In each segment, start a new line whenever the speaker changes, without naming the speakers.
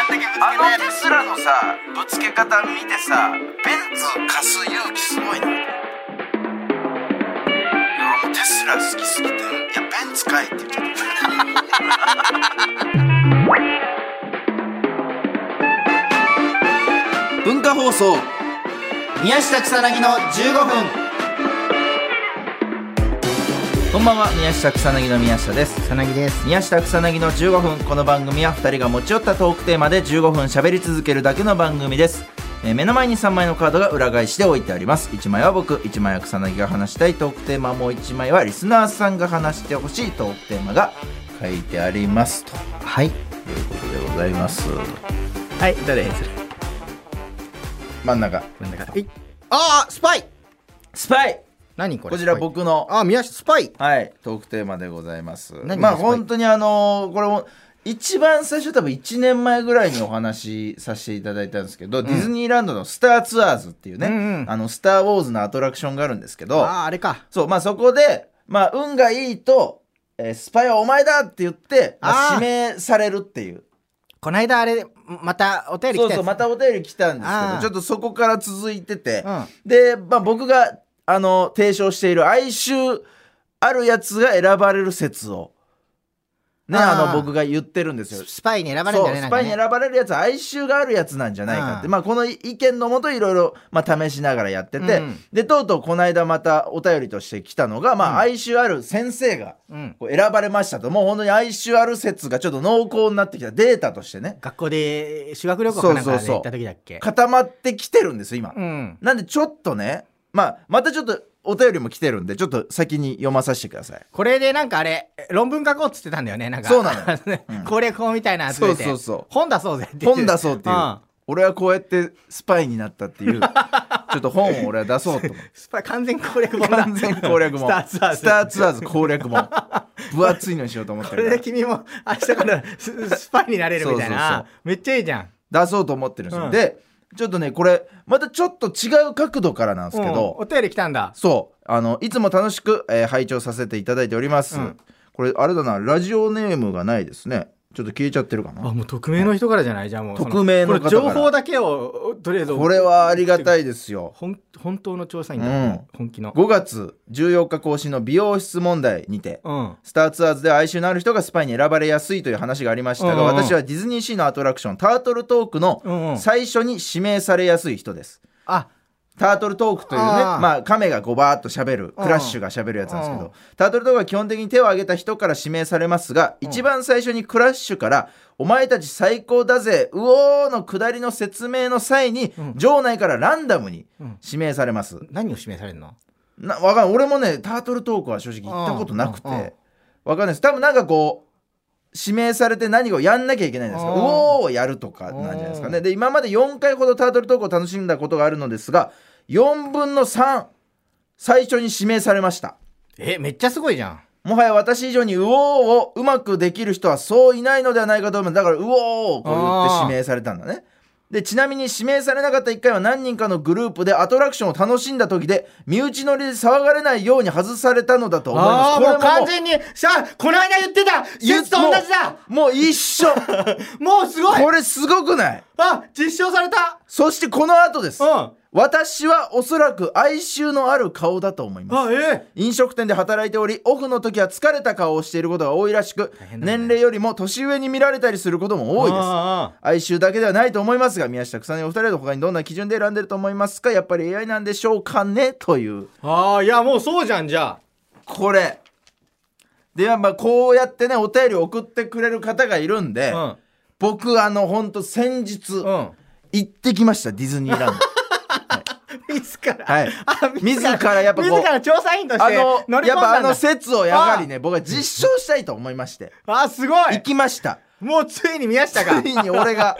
のテスラのさぶつけ方見てさベンツ貸す勇気すごいな俺もテスラ好きすぎていやベンツかいって言っちゃった
文化放送
宮下草薙の15分
こんばんは宮下草薙の宮下です
草薙です
宮下草薙の15分この番組は2人が持ち寄ったトークテーマで15分喋り続けるだけの番組です、えー目の前に3枚のカードが裏返しで置いてあります1枚は僕1枚は草薙が話したいトークテーマもう1枚はリスナーさんが話してほしいトークテーマが書いてありますと
はい
いうことでございます
はい誰それ
真ん中
真ん中
いああスパイ
スパイ
何これ
こちら
スパイ
僕の
あ宮下スパイ
はい、トークテーマでございます。
何
まあ
がスパイ
本当にあのーこれも一番最初多分1年前ぐらいにお話しさせていただいたんですけど、ディズニーランドのスターツアーズっていうね、
うんうん
あのスター・ウォーズのアトラクションがあるんですけど、
あああれか
そう、まあそこで、まあ運がいいと、えースパイはお前だって言って、まあ
あー
指名されるっていう。
こないだあれまたお便り
そ
来
う
たやつ
そう、またお便り来たんですけ
あ
ど、
ー
ちょっとそこから続いてて、
うん
で、まあ、僕があの提唱している哀愁あるやつが選ばれる説をね
あ
あ
ー
の僕が言ってるんですよ。
スパイに選ばれるん
そ
じ
うス
ゃないなんか
パ
ね
イに選ばれるやつは哀愁があるやつなんじゃないかって、
うん
まあ、この意見のもといろいろまあ試しながらやってて、
うん
でとうとうこの間またお便りとして来たのが、まあ、哀愁ある先生が
うん
こう選ばれましたともう本当に哀愁ある説がちょっと濃厚になってきたデータとしてね
学校で修学旅行かなんかで
そうそうそう
行った時だっけ
固まってきてるんです今。
うん
なんでちょっとね、まあ、またちょっとお便りも来てるんで、ちょっと先に読まさせてください。
これでなんかあれ論文書こうっつってたんだよねなんか
そうなのよ
ね
うん
攻略法みたいな集めて
そうそうそう
本出そうぜって言って
本出そうっていう。
ん
俺はこうやってスパイになったって いう、ちょっと本を俺は出そうと思って。
スパイ完全攻略法だ
完全攻略も。
スターツアーズ
スターツアーズ攻略も。 分厚いのにしようと思って
こ
る
れ
か
で君も明日からススパイになれるみたいな
そうそう
めっちゃいいじゃん
ら。出そうと思ってるんですよ。
うん
で、ちょっとね、これ、またちょっと違う角度からなんですけど、
うんお便り来たんだ
そうあのいつも楽しく、えー拝聴させていただいております、
うん
これあれだなラジオネームがないですねちょっと消えちゃってるか
あ
な
もう匿名の人からじゃないじゃあもうそ
匿名の方から
これ情報だけをとりあえず
これはありがた
い
いですよ
本本当の調査員だ、
うん
本気の
5月14日更新の美容室問題にて
うん
スターツアーズで哀愁のある人がスパイに選ばれやすいという話がありましたが、
うんうん
私はディズニーシーのアトラクションタートルトークの
うんうん
最初に指名されやすい人です
あ
タートルトークというね
あー
まあ、亀がこうバーっと喋る
うん
クラッシュが喋るやつなんですけど、
うん
タートルトークは基本的に手を挙げた人から指名されますが、一番最初にクラッシュから「お前たち最高だぜうおー」の下りの説明の際に、
うん
場内からランダムに
うん
指名されます、
何を指名されるの
なわかんない俺もねタートルトークは正直行ったことなくて、
うんうんうん
わかんないです多分なんかこう指名されて何かをやんなきゃいけないんですかう
うん
おーをやるとかなんじゃないですかねで今まで4回ほどタートルトークを楽しんだことがあるのですが4分の3最初に指名されました
えめっちゃすごいじゃん
もはや私以上に「うおー」をうまくできる人はそういないのではないかと思うだから「うおー」をこう言って指名されたんだねでちなみに指名されなかった1回は何人かのグループでアトラクションを楽しんだ時で身内乗りで騒がれないように外されたのだと思います
ああ
これ
もう完
う
全にさあこの間言ってた
言っ
説と同じだ
もう一 緒
もうすごい
これすごくない
あ実証された
そしてこの後です、
うん
私はおそらく哀愁のある顔だと思います
あえ
飲食店で働いておりオフの時は疲れた顔をしていることが多いらしく、
変だね
年齢よりも年上に見られたりすることも多いです
あ
哀愁だけではないと思いますが宮下草薙お二人の他にどんな基準で選んでると思いますかやっぱり AI なんでしょうかねという
ーあーいやもうそうじゃんじゃあ
これでやっぱこうやってねお便り送ってくれる方がいるんで、
うん
僕あのほんと先日、
うん
行ってきましたディズニーラン ド
自ら、
はい
あ
自らやっぱこう
自ら調査員とし
あ
て
の
乗り込
や
ん
っぱ
だ
あ
んだ
の説をやはり
あ
ね僕は実証したいと思いまして
あすご
行
い
きました
もうついに宮下 が
ついに俺が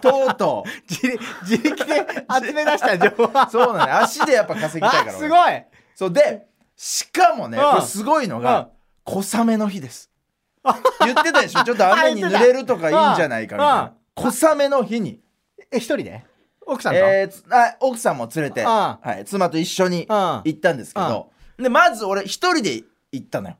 とうと う
自力自力で集め出した情報は
そうなのよ足でやっぱ稼ぎたいか
あ
ら
す
俺
ごい
そうでしかもね
うん
これすごいのが小雨の日です言ってたで しょちょっと雨に濡れるとかいいんじゃないかみたいな小雨の日に、
え一人で奥さんと、
えーつあ奥さんも連れて、
うん
はい、妻と一緒に行ったんですけどでまず俺一人で行ったのよ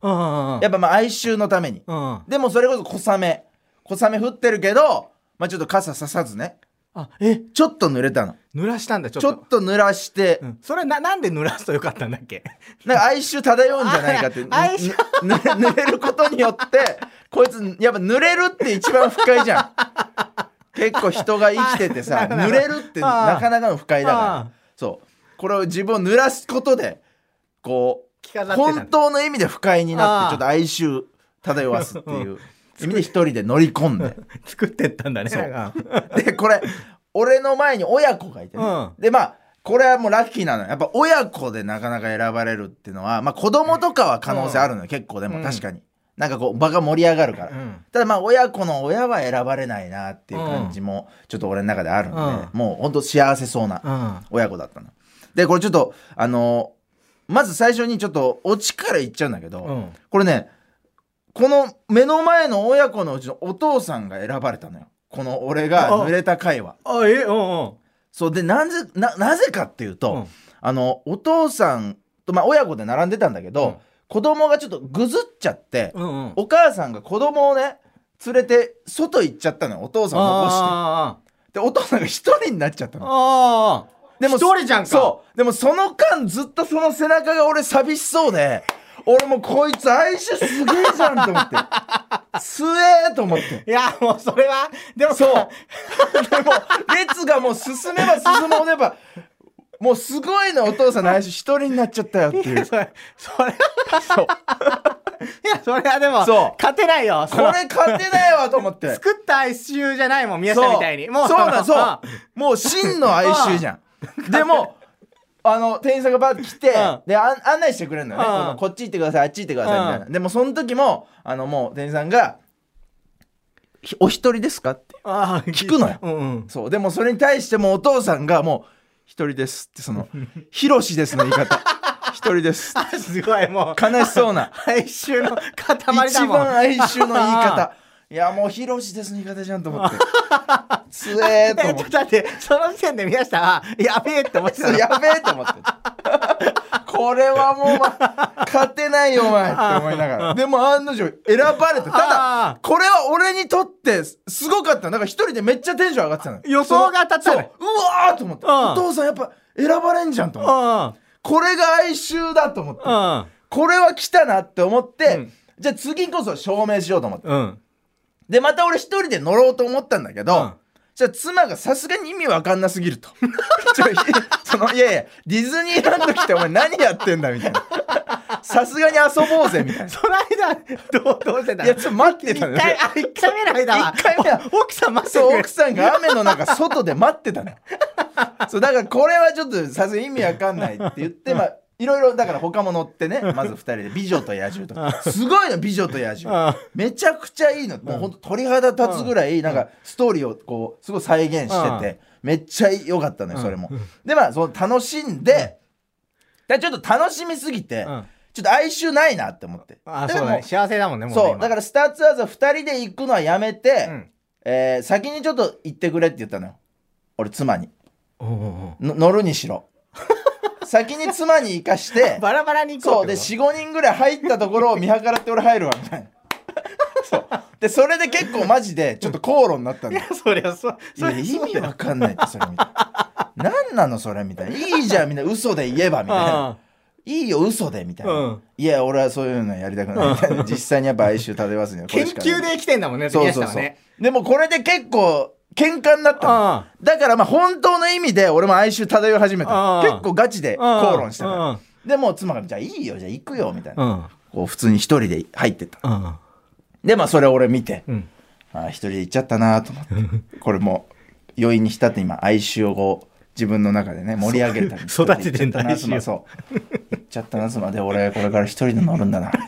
うんうんうん
やっぱまあ哀愁のために
うん
でもそれこそ小雨小雨降ってるけどまあちょっと傘ささずね
あえ
ちょっと濡れたの
濡らしたんだちょっ
ち
と
ょっと濡らして、
うん、それはななんで濡らすとよかったんだっけ
なんか哀愁漂うんじゃないかって
哀愁
ぬぬ濡れることによってこいつやっぱ濡れるって一番不快じゃん結構人が生きててさ
あなる
濡
ほど
れるってなかなかの不快だ
あ
からそうこれを自分を濡らすことでこ
着
う
飾ってた
本当の意味で不快になってちょっと哀愁漂わすっていう意味で一人で乗り込んで
作ってったんだね
そう
なんか
でこれ俺の前に親子がいてね、
うん
でまあこれはもうラッキーなのよやっぱ親子でなかなか選ばれるっていうのはまあ子供とかは可能性あるのよ、結構でも
うん
確かに、なんかこう場が盛り上がるから、
うん
ただまあ親子の親は選ばれないなっていう感じもちょっと俺の中であるので、もうほんと幸せそうな
うん
親子だったのでこれちょっとあのまず最初にちょっとオチから言っちゃうんだけど、
うん
これねこの目の前の親子のうちのお父さんが選ばれたのよこの俺が濡れた回は
あえうんうん
そうでなぜななぜかっていうと、
うん
あのお父さんと、まあ、親子で並んでたんだけど、
うん
子供がちょっとぐずっちゃって、
うんうん
お母さんが子供をね連れて外行っちゃったのよお父さんを残して
あ
でお父さんが一人になっちゃった
ーあー
の
あー
でも
一人じゃんか
そうでもその間ずっとその背中が俺寂しそうで俺もうこいつ相性すげえじゃんと思 ってすえーと思って
いやもうそれはでもさ
そうでも列がもう進めば進むほどやっぱもうすごいのお父さんの相性一人になっちゃったよって
い
い
や
う
それそれ いやそれはでも
そう
勝てないよそ
こ
の
れ勝てないわと思って
作った哀愁じゃないもん宮下みたいにもう
そうなん
の
そうもう真の哀愁じゃんでもあの店員さんがバーって来て、
うん
であん案内してくれるのよね、
うん
このこっち行ってくださいあっち行ってくださいみたいな、でもその時もあのもう店員さんが「ひお一人ですか?」って
あー
聞くのよ
うんうん
そうでもそれに対してもお父さんがもう「一人です」ってそ の「ひろしです」の言い方「一人です
あすごいもう」
悲しそうな
哀愁の塊だ
一
もん
番哀愁の言い
あ
方いやもう「ひろしです」の言い方じゃんと 思ってつえーと
え
思
っ
って
とだってその時点で宮下はやべえって思って
そ
た
う
の
やべえと思って。これはもう、ま、勝てないよお 前って思いながら。でも案の定選ばれて。た
あ
だ
ー、
これは俺にとってすすごかったの。なんか一人でめっちゃテンション上がってたの。
予想が当たっ
そ
た
う。う
ね
わーと思って。
うん
お父さんやっぱ選ばれんじゃんと思って。これが哀愁だと思って。これは来たなって思って、
うん
じゃあ次こそ証明しようと思って。
うんうん
で、また俺一人で乗ろうと思ったんだけど、
うん
じゃあ妻がさすがに意味わかんなすぎると。 ちょいその、いやいや、ディズニーランド来てお前何やってんだみたいな。さすがに遊ぼうぜみたいな。
その間どうどうしてた
いや、ちょっと待って
一
たのよ。
回あ一回目の間は
一回目は
お奥さん待って
そう、
く
奥さんが雨の中、外で待ってたのよ。そう、だからこれはちょっとさすがに意味わかんないって言って、まあ、いろいろだから他も乗ってねまず2人で「美女と野獣」とかすごいの「美女と野獣」
あ
めちゃくちゃいいのもうほんと鳥肌立つぐらいなんかストーリーをこうすごい再現しててめっちゃ良かったのよそれもでまあその楽しんでだからちょっと楽しみすぎて
うん
ちょっと哀愁ないなって思って
あ
だか
そ
ら
うだ
も
ね幸せだもんねもうね
そう
今
だからスターツアーズは2人で行くのはやめて
うん
えー先にちょっと行ってくれって言ったのよ俺妻に
おうおうおう
の乗るにしろ 先に妻に行かして
バラバラに行こ
そうう
って
で
こと
45人ぐらい入ったところを見計らって俺入るわみたい なそうでそれで結構マジでちょっと口論になったん
い
だよ
やそりゃそう
い
そ
や
りゃ
意
そうだ
味
よ
わかんないってそれ みたいな何なのそれみたいないいじゃんみんな嘘で言えばみたい
あ
な
あ
いいよ嘘でみたいな、
うん
いや俺はそういうのやりたくないみたいな実際にやっぱ哀愁漂わ すにはこ
研
れしかない
究で生きてんだもんね
そう
宮
そ
下
う
は
そう、
ね
でもこれで結構喧嘩になったの
あ
だからまあ本当の意味で俺も哀愁漂い始めた
あ
の
あ
結構ガチで口論したの
うん
でもう妻が「じゃあいいよじゃあ行くよ」みたいな、
うん
こう普通に一人で入ってった
うん
でまあそれを俺見て、
うん
ああ一人で行っちゃったなと思ってこれも余韻に浸って今哀愁をこう自分の中でね盛り上げるために
そう育ててんだ
行っちゃったな
哀愁
そう 行っちゃったな妻で俺これから一人で乗るんだなみたい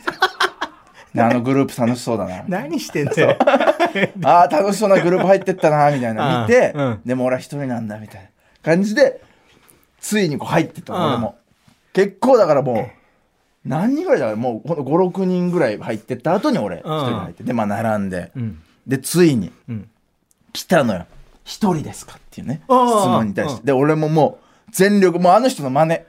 なであのグループ楽しそうだな
何してんだよ
あー楽しそうなグループ入ってったなみたいな見て、
うんうん
でも俺は一人なんだみたいな感じでついにこう入ってった
うん
俺も結構だからもう何人ぐらいだからもう56人ぐらい入ってった後に俺一
うん
人入ってでまあ並んで、
ん
でついに
うん
来たのよ「一人ですか?」っていうね質
あー
問に対し
う
てで俺ももう全力もうあの人の真似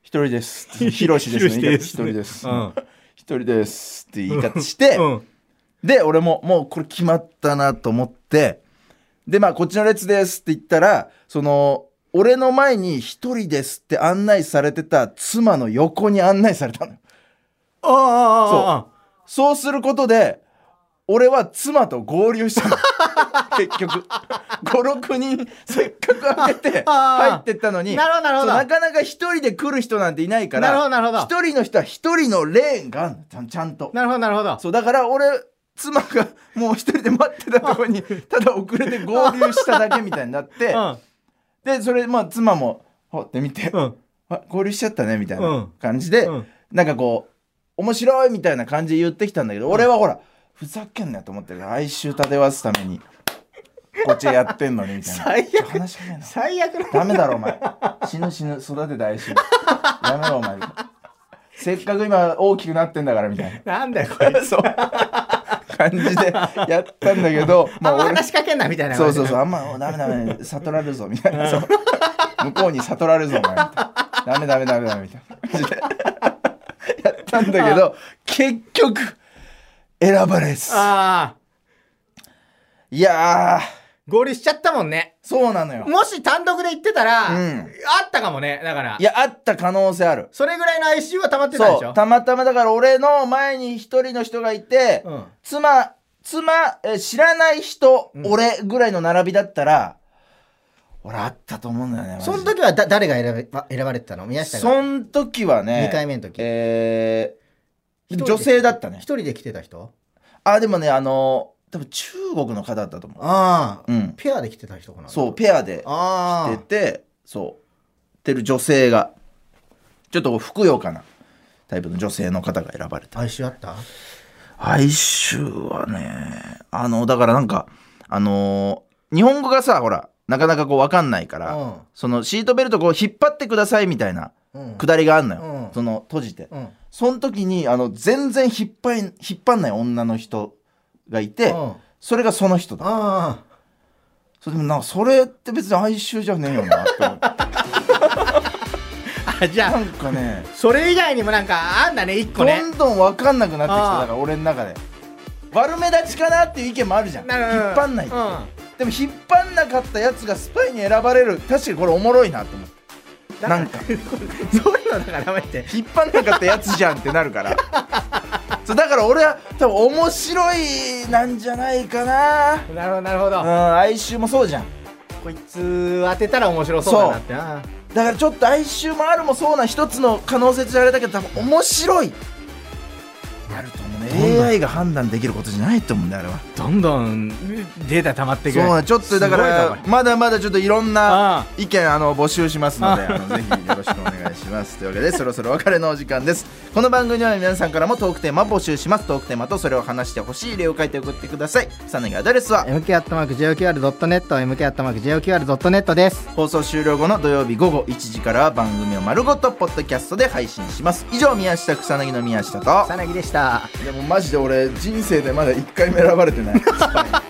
一人です」ひろしです」 ね言い
ひろしで
方一
す
人です
うん
一人です」って言い方して、
うん
で俺ももうこれ決まったなと思ってで、まあ、こっちの列ですって言ったら、その、俺の前に一人ですって案内されてた妻の横に案内されたのよ。
ああああ
そうすることで、俺は妻と合流したの。 結局。5、6人、せっかく開けて、
あー
入ってったのに、
なるほどなるほど
そうなかなか一人で来る人なんていないか
なるほど
ら、
なるほど
一人の人は一人のレーンがあるのちゃんちゃんと。
なるほどなるほど
そう、だから俺、妻がもう一人で待ってたとこ に、ただ遅れて合流しただけみたいになって、で、それ、まあ、妻も、ほって見て、
うんうん
あ合流しちゃったねみたいうなん感じで、
うん
なんかこう面白いみたいな感じで言ってきたんだけど、俺はほらふざけんなよと思ってる哀愁漂すためにこっちやってんのにみたいな
最悪
ちょ話しかけんな
最悪だ
ダメだろお前死ぬ死ぬ育てた哀愁やめろお前せっかく今大きくなってんだからみたい
なんだよこれ
なそう感じでやったんだけど
あんま
俺
話しかけんなみたいな
そうそうそう、あんま、おダメダメ、悟られるぞ、みたいな。 そう向こうに悟られるぞ、お前。みたいなダメダメダメダメ、みたいな感じで。やったんだけど、結局、選ばれず。
ああ
いやー、
合流しちゃったもんね
そうなのよ。
もし単独で行ってたら、
うん
あったかもねだから
いや、あった可能性ある。
それぐらいの哀愁は溜まってたでし
そう、
ょ
たまたまだから俺の前に一人の人がいて、
うん
妻、妻、えー知らない人、俺ぐらいの並びだったら、俺あったと思うんだよね。マジで
その時はだ誰が選ば選ばれてたの宮下が
そん時はね
二回目の時
えー
一人で
女性だったね
一人で来てた人
あでもねあの多分中国の方だったと思
ああ、
ううん
ペアで来てた人かな
そうペアで
あ
出
あ
てそうてる女性がちょっとふくよかなタイプの女性の方が選ばれた
哀愁あった
哀愁はねあのだからなんかあのー日本語がさほらなかなかこう分かんないから、
うん
そのシートベルトこう引っ張ってくださいみたいな
うん
くだりがあんのよ、
うん
その閉じて、
うん
その時にあの全然引っ張ん引っ張んない女の人がいて、
うん
それがその人だ
あ
それでもなんかそれって別に哀愁じゃねえよなって思って
あじゃ
な
あ
んかね
それ以外にもなんかあんだね一個
ど
ね
んどん分かんなくなってき
あ
た
あ
だから俺の中で悪目立ちかなっていう意見もあるじゃん引っ
なるほど
張んない、
うん
でも引っ張んなかったやつがスパイに選ばれる確かにこれおもろいなと思って
だ
なんか
そういうのだからダメって
引っ張んなかったやつじゃんってなるから そうだから俺は多分面白いなんじゃないかな
なるほどなるほど、
うん哀愁もそうじゃん
こいつ当てたら面白そうだなってな
だからちょっと哀愁もあるもそうな一つの可能性としてあれだけど多分面白いあると思うね AI が判断できることじゃないと思うんだよあれは
どんどんデータ溜まって
そうなんちょっとだからまだまだちょっといろん
あ
な
あ
意見あの募集しますの であのぜひよろしくお願いしますというわけでそろそろお別れのお時間ですこの番組では皆さんからもトークテーマ募集しますトークテーマとそれを話してほしい例を書いて送ってくださいサネがアドレスは
MK.JOQR.net MK.JOQR.net です
放送終了後の土曜日午後1時からは番組を丸ごとポッドキャストで配信します以上宮下草薙の宮下と
草薙でした
でもマジで俺人生でまだ1回も選ばれてないスパイ